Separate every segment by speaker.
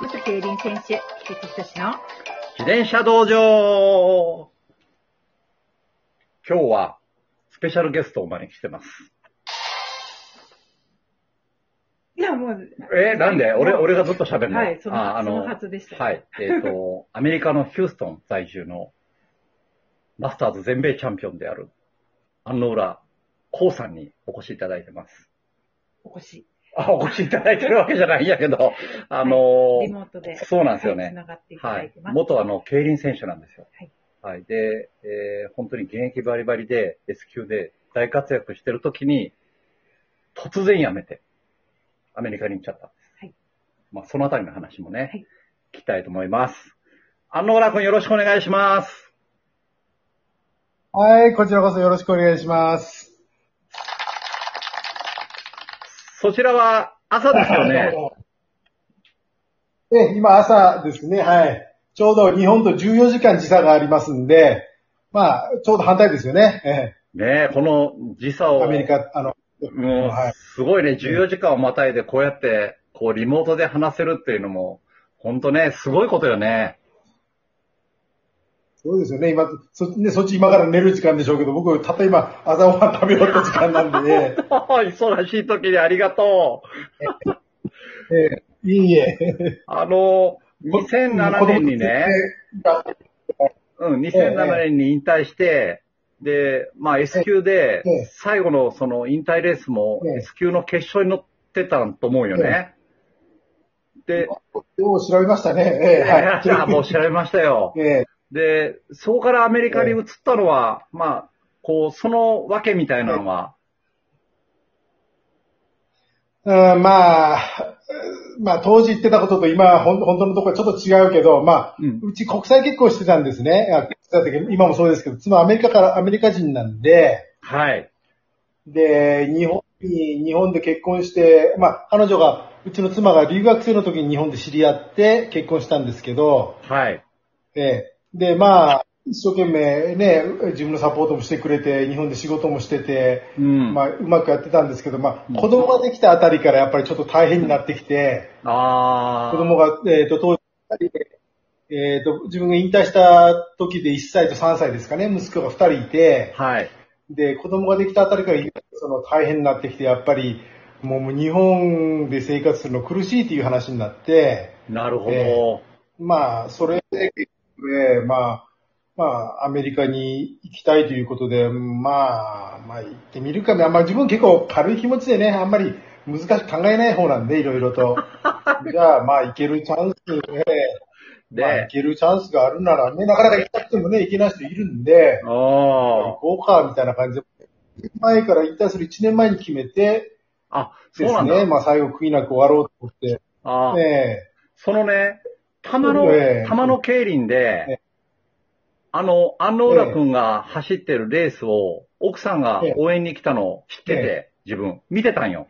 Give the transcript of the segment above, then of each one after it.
Speaker 1: 元競輪選手、菊池仁の。
Speaker 2: 自転車道場今日は、スペシャルゲストをお招きしてます。
Speaker 1: いや、もう、
Speaker 2: えーなんで俺、俺がずっと喋るの
Speaker 1: はい、その、
Speaker 2: あーあ
Speaker 1: その
Speaker 2: の、
Speaker 1: はずでした。
Speaker 2: はい。えっ、 と、アメリカのヒューストン在住の、マスターズ全米チャンピオンである、安野浦コウさんにお越しいただいてます。
Speaker 1: お越し、
Speaker 2: あ、お越しいただいてるわけじゃないんやけど、あのー
Speaker 1: リモートで。
Speaker 2: そうなんですよね
Speaker 1: はい繋がっていた
Speaker 2: は
Speaker 1: だい
Speaker 2: い
Speaker 1: てま。す。
Speaker 2: 元あの、競輪選手なんですよ。
Speaker 1: はい。
Speaker 2: はい。で、えー本当に現役バリバリで、S 級で大活躍してる時に、突然辞めて、アメリカに行っちゃったんです。
Speaker 1: はい。
Speaker 2: まあ、そのあたりの話もね、
Speaker 1: い
Speaker 2: 聞きたいと思います。安野浦君よろしくお願いします。
Speaker 3: はい、こちらこそよろしくお願いします。
Speaker 2: そちらは朝ですよね。
Speaker 3: え、今朝ですね、はい。ちょうど日本と14時間時差がありますんで、まあ、ちょうど反対ですよね。
Speaker 2: ねえ、この時差
Speaker 3: ええ
Speaker 2: を。
Speaker 3: アメリカ、あの、
Speaker 2: もう
Speaker 3: はい、
Speaker 2: すごいね、14時間をまたいで、こうやって、こう、リモートで話せるっていうのも、ほんとね、すごいことよね。
Speaker 3: そうですよね、今、そ,、ね、そっち今から寝る時間でしょうけど、僕、たった今、朝ごはん食べ終わった時間な んで、
Speaker 2: 忙しい時にありがと
Speaker 3: ええいいえ。
Speaker 2: う。あの、2007年にね、うん、2007年に引退して、で、まあ S 級で
Speaker 3: ええ、
Speaker 2: 最後のその引退レースも
Speaker 3: ええ
Speaker 2: S 級の決勝に乗ってたと思うよね。で、
Speaker 3: よう調べましたね。
Speaker 2: い
Speaker 3: ええ
Speaker 2: や い
Speaker 3: は
Speaker 2: やもう調べましたよ。
Speaker 3: い。ええ
Speaker 2: で、そこからアメリカに移ったのは、まあ、こう、そのわけみたいなのは、
Speaker 3: うんまあ、まあ当時言ってたことと今、ほん本当のところはちょっと違うけど、まあ、
Speaker 2: うん
Speaker 3: うち国際結婚してたんですね。あだって今もそうですけど、妻アメリカから、アメリカ人なんで、
Speaker 2: はい。
Speaker 3: で、日本に、日本で結婚して、まあ、彼女が、うちの妻が留学生の時に日本で知り合って結婚したんですけど、
Speaker 2: はい。
Speaker 3: ええで、まあ、一生懸命ね、自分のサポートもしてくれて、日本で仕事もしてて、
Speaker 2: うん。
Speaker 3: まあ、うまくやってたんですけど、ま
Speaker 2: う
Speaker 3: あ
Speaker 2: ん、
Speaker 3: 子供ができたあたりからやっぱりちょっと大変になってきて、
Speaker 2: あ
Speaker 3: 子供が、えっ、と、当時二人で、えっ、と、自分が引退した時で1歳と3歳ですかね、息子が2人いて、
Speaker 2: はい。
Speaker 3: で、子供ができたあたりから、その大変になってきて、やっぱり、もう日本で生活するの苦しいっていう話になって、
Speaker 2: なるほど。
Speaker 3: えまあ、それで、えーまあ、まあ、アメリカに行きたいということで、まあ、まあ、行ってみるかね。まあ、自分結構軽い気持ちでね、あんまり難しく考えない方なんで、いろいろと。じゃあ、まあ、行けるチャンス、えーまあ、行
Speaker 2: で、
Speaker 3: けるチャンスがあるならね、なかなか行きたくてもね、行けない人いるんで、
Speaker 2: あ
Speaker 3: 行こうか、みたいな感じで。前から引退する1年前に決めて
Speaker 2: あ。あ、そう
Speaker 3: で
Speaker 2: な
Speaker 3: す
Speaker 2: んだ。
Speaker 3: ね、まあ、最後悔いなく終わろうと思って、
Speaker 2: ああ、
Speaker 3: え
Speaker 2: そのね、玉の
Speaker 3: え、え
Speaker 2: 玉の競輪で、
Speaker 3: え
Speaker 2: あの、安野浦くんが走ってるレースを、奥さんが応援に来たのを知ってて、
Speaker 3: え
Speaker 2: 自分、見てたんよ。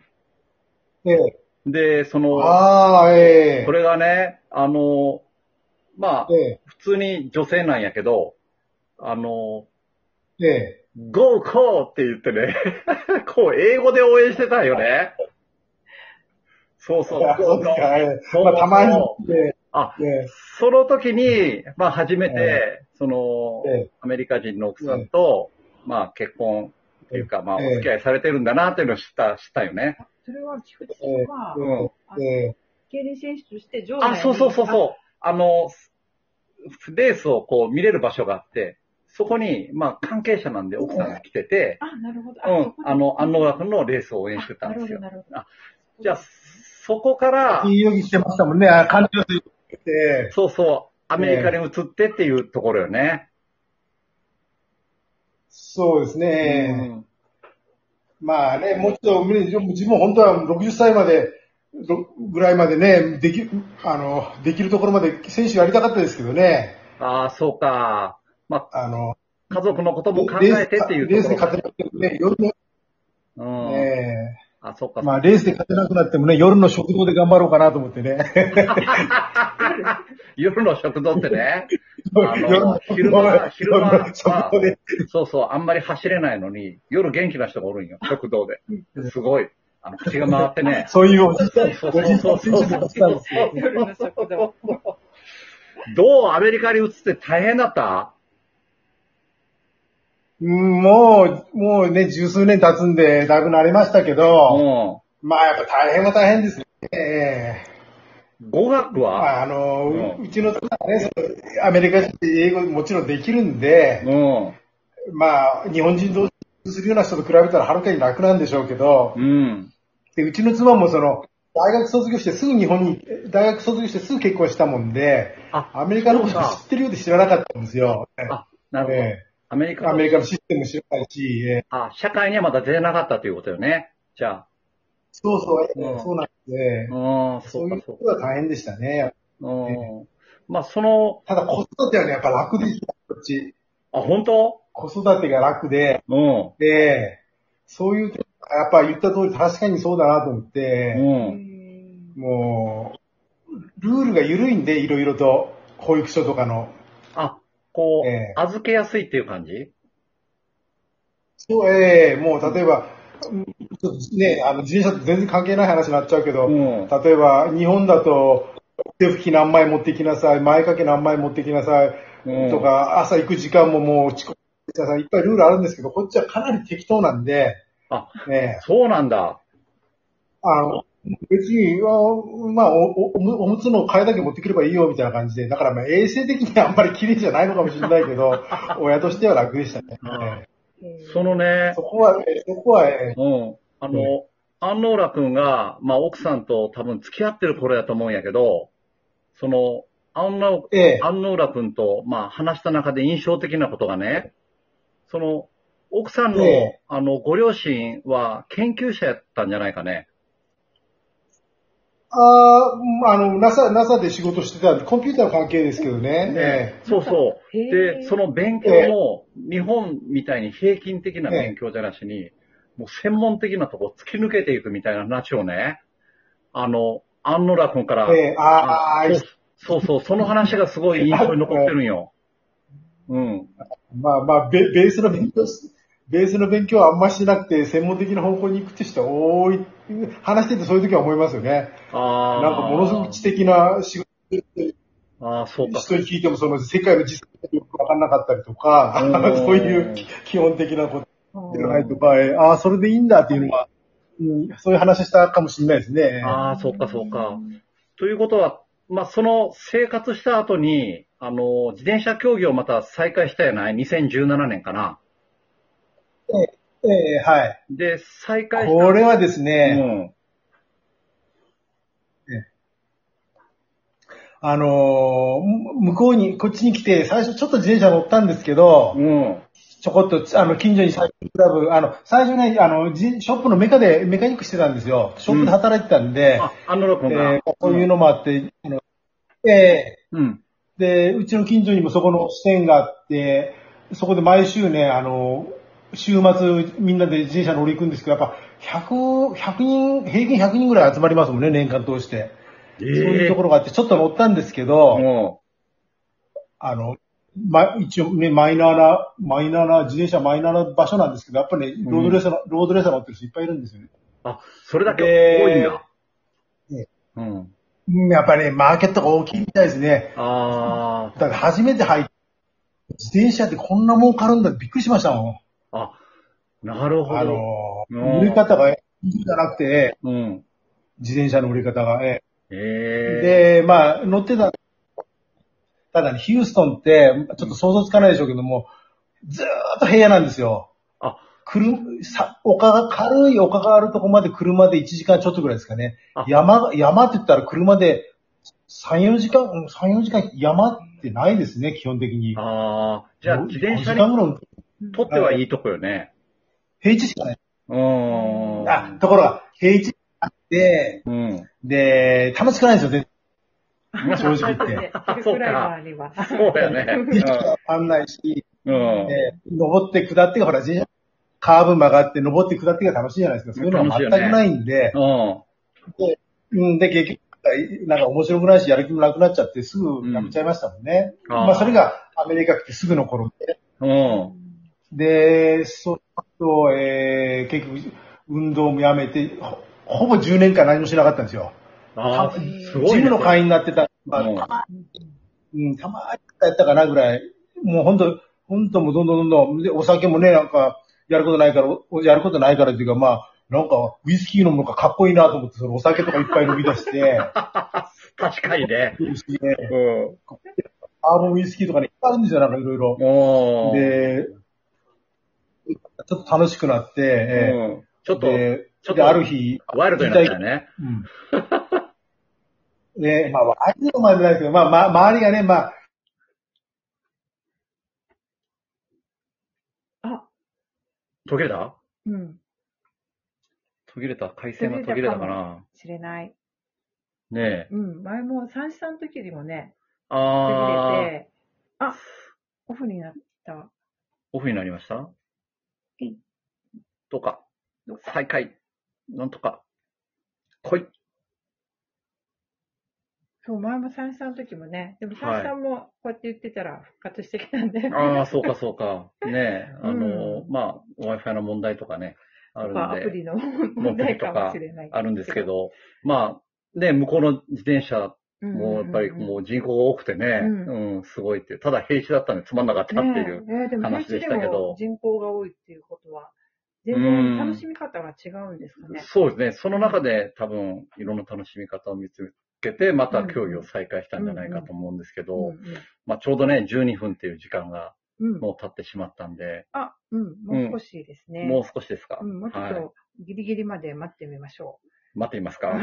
Speaker 3: えええ
Speaker 2: で、その、
Speaker 3: ああ、ええ
Speaker 2: これがね、あの、まあ、
Speaker 3: ええ
Speaker 2: 普通に女性なんやけど、あの、
Speaker 3: ええ。
Speaker 2: ゴーゴーって言ってね、 こう英語で応援してたよね。そうそう、
Speaker 3: あそ
Speaker 2: Go
Speaker 3: うです
Speaker 2: Go
Speaker 3: か。え
Speaker 2: そう
Speaker 3: えまあ、たまに
Speaker 2: そ
Speaker 3: え
Speaker 2: あ、
Speaker 3: ええ
Speaker 2: その時に、まあ初めて、そ
Speaker 3: え
Speaker 2: の、
Speaker 3: え
Speaker 2: アメリカ人の奥さんと、まあ結婚っていうか、まあお
Speaker 3: ええ
Speaker 2: 付き合いされてるんだなっていうのを知った、知ったよね。
Speaker 1: それは菊池さんは、
Speaker 2: うん。
Speaker 3: ええ
Speaker 1: 競輪選手として上位
Speaker 2: あ、そうそうそう
Speaker 1: う。
Speaker 2: そう。あの、レースをこう見れる場所があって、そこに、まあ関係者なんで奥さんが来てて、
Speaker 1: あ、なるほど。
Speaker 2: うん。あの、安
Speaker 1: の
Speaker 2: 納楽のレースを応援してたんですよ。
Speaker 1: なるほど、なる
Speaker 2: あじゃあ、そこから
Speaker 3: い、い泳ぎしてましたもんね。あ、感情で。ええ
Speaker 2: そうそう、アメリカに移ってっていうところよね。
Speaker 3: そうです
Speaker 2: う
Speaker 3: ね。
Speaker 2: ん
Speaker 3: まあね、もうちょっとね、自分本当は60歳まで、ろぐらいまでね、でき、あの、できるところまで選手やりたかったですけどね。
Speaker 2: ああ、そうか。ま
Speaker 3: あの、
Speaker 2: あ、家族のことも考
Speaker 3: レ
Speaker 2: え
Speaker 3: ース
Speaker 2: てっていう
Speaker 3: レース
Speaker 2: と
Speaker 3: で
Speaker 2: ころ
Speaker 3: 勝てなくてもね、夜の、
Speaker 2: うん。
Speaker 3: え
Speaker 2: あ、そう
Speaker 3: え
Speaker 2: か。
Speaker 3: まあ、レースで勝てなくなってもね、夜の食堂で頑張ろうかなと思ってね。
Speaker 2: 夜の食堂ってね、 あの昼
Speaker 3: 昼
Speaker 2: 間昼間は
Speaker 3: 食堂で。。
Speaker 2: そうそう、あんまり走れないのに、夜元気な人がおるんよ、食堂で。すごい。あの、口が回ってね
Speaker 3: そういうおじさん、
Speaker 2: そう
Speaker 3: おじさん選手だったんですよ。
Speaker 1: 夜の食堂。
Speaker 2: どうアメリカに移って大変だった
Speaker 3: うんもう、もうね、十数年経つんで、だいぶ慣れましたけど、
Speaker 2: う
Speaker 3: まあやっぱ大変は大変ですね。ええ
Speaker 2: ん。語学は
Speaker 3: まああの、
Speaker 2: う
Speaker 3: ううちの妻はね、そのアメリカ人って英語もちろんできるんで、
Speaker 2: うん。
Speaker 3: まあ日本人同士するような人と比べたらはるかに楽なんでしょうけど、
Speaker 2: うん。
Speaker 3: でうちの妻もその、大学卒業してすぐ日本に、大学卒業してすぐ結婚したもんで、
Speaker 2: あ
Speaker 3: アメリカのこと
Speaker 2: そう
Speaker 3: を
Speaker 2: か
Speaker 3: 知ってるようで知らなかったんですよ。
Speaker 2: あ、なるほど。
Speaker 3: え
Speaker 2: アメリ
Speaker 3: え
Speaker 2: カ
Speaker 3: アメリカのシステムも知らないし、ええ
Speaker 2: あ、社会にはまだ出てなかったということよね。じゃあ。
Speaker 3: そうそう、
Speaker 2: うん
Speaker 3: そうなんですね。
Speaker 2: うん、
Speaker 3: そ
Speaker 2: そうう
Speaker 3: い
Speaker 2: か
Speaker 3: う、
Speaker 2: そう
Speaker 3: こ
Speaker 2: か
Speaker 3: と。は大変でしたね。
Speaker 2: うん。まあ、その、
Speaker 3: ただ子育てはね、やっぱ楽でした、こっち。
Speaker 2: あ、本当
Speaker 3: 子育てが楽で、
Speaker 2: うん。
Speaker 3: で、そういう、やっぱ言った通り確かにそうだなと思っ
Speaker 2: う
Speaker 3: て、
Speaker 2: ん。
Speaker 3: もう、ルールが緩いんで、いろいろと、保育所とかの。
Speaker 2: あ、こう、
Speaker 3: ええ
Speaker 2: 預けやすいっていう感じ
Speaker 3: そう、ええもう例えば、うんちょっとね、あの、自転車と全然関係ない話になっちゃうけど、
Speaker 2: うん。
Speaker 3: 例えば、日本だと、手拭き何枚持ってきなさい、前掛け何枚持ってきなさい、
Speaker 2: うん
Speaker 3: とか、朝行く時間ももう遅刻してください、いっぱいルールあるんですけど、こっちはかなり適当なんで、
Speaker 2: あ、
Speaker 3: ねえ、
Speaker 2: そうなんだ。
Speaker 3: あの、別に、あまあおお、おむおむつの替えだけ持ってくればいいよ、みたいな感じで、だからまあ衛生的にはあんまり綺麗じゃないのかもしれないけど、親としては楽でしたね。
Speaker 1: う
Speaker 2: あ
Speaker 1: ん
Speaker 2: そのね
Speaker 3: そ、こは、えそこは、え
Speaker 2: うん。あの、安納楽君が、まあ、奥さんと多分付き合ってる頃やと思うんやけど、その、安納、
Speaker 3: ええ
Speaker 2: 安納楽君と、まあ、話した中で印象的なことがね、その、奥さんの、
Speaker 3: ええ
Speaker 2: あの、ご両親は研究者やったんじゃないかね。
Speaker 3: あーあの、NASA、NASA で仕事してたんで、コンピューターの関係ですけどね。え
Speaker 2: そうそう。
Speaker 1: へ
Speaker 2: で、
Speaker 1: ー
Speaker 2: その勉強も、日本みたいに平均的な勉強じゃなしに、もう専門的なとこ突き抜けていくみたいな話をね、あの、安野楽君から、
Speaker 3: えええああ、
Speaker 2: そうそう、その話がすごい印象に残ってるん よ。うん。
Speaker 3: まあまあ、ベベースの勉強す、ベースの勉強はあんましなくて、専門的な方向に行くって人は多い、話しててそういう時は思いますよね。
Speaker 2: あ
Speaker 3: な
Speaker 2: あ。
Speaker 3: んかものすごく知的な仕事
Speaker 2: ああ、そうか。
Speaker 3: 人に聞いても、 その世界の実績がよくわかんなかったりとか、
Speaker 2: うん
Speaker 3: そういうき基本的なこと
Speaker 1: うん
Speaker 3: じゃないとか、えああ、それでいいんだっていうのは、うん、そういう話したかもしれないですね。
Speaker 2: ああ、そうか、そうか。ということは、まあ、その生活した後に、あの、自転車競技をまた再開したやない ?2017 年かな。
Speaker 3: ええはい。
Speaker 2: で、再開した。
Speaker 3: これはです
Speaker 2: う
Speaker 3: ね、
Speaker 2: ん。
Speaker 3: あのーむ向こうに、こっちに来て、最初ちょっと自転車乗ったんですけど、
Speaker 2: うん。
Speaker 3: ちょこっと、あの、近所にサイクルクラブ、あの、最初ね、あの、じショップのメカで、メカニックしてたんですよ。ショップで働いてたんで、
Speaker 2: あ、安野楽
Speaker 3: え
Speaker 2: 君が。
Speaker 3: ーそういうのもあって、あのえ
Speaker 2: うん。
Speaker 3: ーで、うちの近所にもそこの支店があって、そこで毎週ね、あの、週末みんなで自転車乗り行くんですけど、やっぱ100、100人、平均100人ぐらい集まりますもんね、年間通して。
Speaker 2: え
Speaker 3: そういうとこ
Speaker 2: ろ。
Speaker 3: ろがあって、ちょっと乗ったんですけど、
Speaker 2: うん。
Speaker 3: あの、ま、一応ね、マイナーな、マイナーな、自転車マイナーな場所なんですけど、やっぱりね、
Speaker 2: ん
Speaker 3: ロードレーサーの、ロードレーサー乗ってる人いっぱいいるんですよね。
Speaker 2: あ、それだけ多いんだ。
Speaker 3: ええ
Speaker 2: うん。
Speaker 3: うん、やっぱりね、マーケットが大きいみたいですね。
Speaker 2: ああ。
Speaker 3: だから初めて入って、自転車ってこんな儲かるんだってびっくりしましたもん。
Speaker 2: あ、なるほ
Speaker 3: あ
Speaker 2: ど。
Speaker 3: の
Speaker 2: うん
Speaker 3: ー、売り方が、じゃなくて、
Speaker 2: うん。
Speaker 3: 自転車の売り方が、え
Speaker 2: ええ
Speaker 3: で、まあ、乗ってた、ただね、ヒューストンって、ちょっと想像つかないでしょうけども、ずーっと平野なんですよ。
Speaker 2: あ、
Speaker 3: くる、さ、丘が、軽い丘があるとこまで車で1時間ちょっとぐらいですかね
Speaker 2: あ。
Speaker 3: 山が、山って言ったら車で3、4時間、うん3、4時間山ってないですね、基本的に。
Speaker 2: ああ、じゃあ自転車
Speaker 3: 5時間
Speaker 2: に
Speaker 3: ぐらい
Speaker 2: とってはいいとこよね。
Speaker 3: 平地しかない。
Speaker 2: うーん。
Speaker 3: あ、ところが、平地あって、
Speaker 2: うん。
Speaker 3: で、楽しくないんですよ、全 然正直言って。
Speaker 1: あそうか。ライバーには。
Speaker 2: そうだよ
Speaker 3: 景色
Speaker 2: ね。
Speaker 3: がわかんないし、
Speaker 2: うん。うん
Speaker 3: えー登って下ってが、ほら、自転車カーブ曲がって、登って下ってが楽しいじゃないですか。そういうのは全くないんで、
Speaker 2: うん。
Speaker 3: うん、で、結局、なんか面白くないし、やる気もなくなっちゃって、すぐやめちゃいましたもんね。
Speaker 2: うんあー
Speaker 3: まあ、それがアメリカ来てすぐの頃で。
Speaker 2: うん。
Speaker 3: で、その後、えー、結局、運動もやめて、ほほぼ10年間何もしなかったんですよ。
Speaker 4: ああ、
Speaker 3: 多分
Speaker 4: すごい、
Speaker 3: ジムの会
Speaker 4: 員。
Speaker 3: 員になってた。まあ
Speaker 2: うん
Speaker 3: たまに、うん、たまにやったかなぐらい。もう本当本当もうどんどんどんどん、で、お酒もね、なんか、やることないから、おやることないからっていうか、まあ、なんか、ウイスキー飲むのがかっこいいなと思って、そのお酒とかいっぱい飲み 出して、
Speaker 4: 確かにね。
Speaker 3: ウイスキーね
Speaker 4: うん。
Speaker 3: アーモンウイスキーとかね、いっぱいあるんですよ、なんかいろいろ。
Speaker 2: おー
Speaker 3: で、ちょっと楽しくなって、え
Speaker 2: うん
Speaker 4: ちょっ
Speaker 3: え
Speaker 4: と、
Speaker 3: で
Speaker 4: ちょっ
Speaker 3: で、
Speaker 4: と
Speaker 3: ある日、
Speaker 4: ワイルドになったよね。
Speaker 3: うん。ねまあ、周りの前じゃないですけど、まあ、ま、周りがね、まあ、
Speaker 1: あ、
Speaker 4: 途切れた
Speaker 1: うん、
Speaker 2: 途切れた、回線が途切れたかな。
Speaker 1: 知れない。
Speaker 2: ねえ。
Speaker 1: うん、前も三子さんの時にもね、途
Speaker 2: あ
Speaker 1: 切
Speaker 2: ー、
Speaker 1: れて、あ、オフになった。
Speaker 2: オフになりました
Speaker 1: えい
Speaker 2: とか、再開、なんとか、来い。
Speaker 1: そう、前も三子さんの時もね、でも三子さんもこうやって言ってたら復活してきたんで、
Speaker 2: ああ、そうかそうか。ねえ、あの、
Speaker 1: うん
Speaker 2: まあ、Wi-Fi の問題とかね、あるんで。
Speaker 1: まあアプリの問題かもしれない。
Speaker 2: あるんですけど、まあ、ね、向こうの自転車
Speaker 1: うんうんうん、
Speaker 2: もやっぱりもう人口が多くてね、う、
Speaker 1: うん
Speaker 2: すごいっていう。ただ平地だったんでつまんなかったっていう。
Speaker 1: ねえねえでも
Speaker 2: 話でしたけど
Speaker 1: 平地でも人口が多いっていうことは、全然楽しみ方が違うんですかね。
Speaker 2: そうですね。その中で多分いろんな楽しみ方を見つけて、また競技を再開したんじゃないかと思うんですけど、
Speaker 1: うん
Speaker 2: まあちょうどね、12分っていう時間が
Speaker 1: うん、うん。
Speaker 2: もう経ってしまったんで、
Speaker 1: あ、うん、もう少しですね。
Speaker 2: もう少しですか、
Speaker 1: うん、もうちょっ
Speaker 2: はい。
Speaker 1: とギリギリまで待ってみましょ
Speaker 2: 待っています
Speaker 1: う。
Speaker 2: か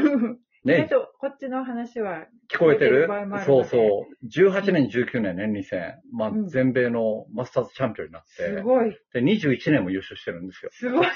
Speaker 1: 意外
Speaker 2: ね、
Speaker 1: とこっちの話は、
Speaker 2: 聞こえて
Speaker 1: 聞こえ
Speaker 2: る
Speaker 1: てる場合もあるの
Speaker 2: そう
Speaker 1: で
Speaker 2: そう。18年、19年ね、2000。まあ
Speaker 1: うん
Speaker 2: 全米のマスターズチャンピオンになって。
Speaker 1: すごい、
Speaker 2: で、21年も優勝してるんですよ。
Speaker 1: すごい。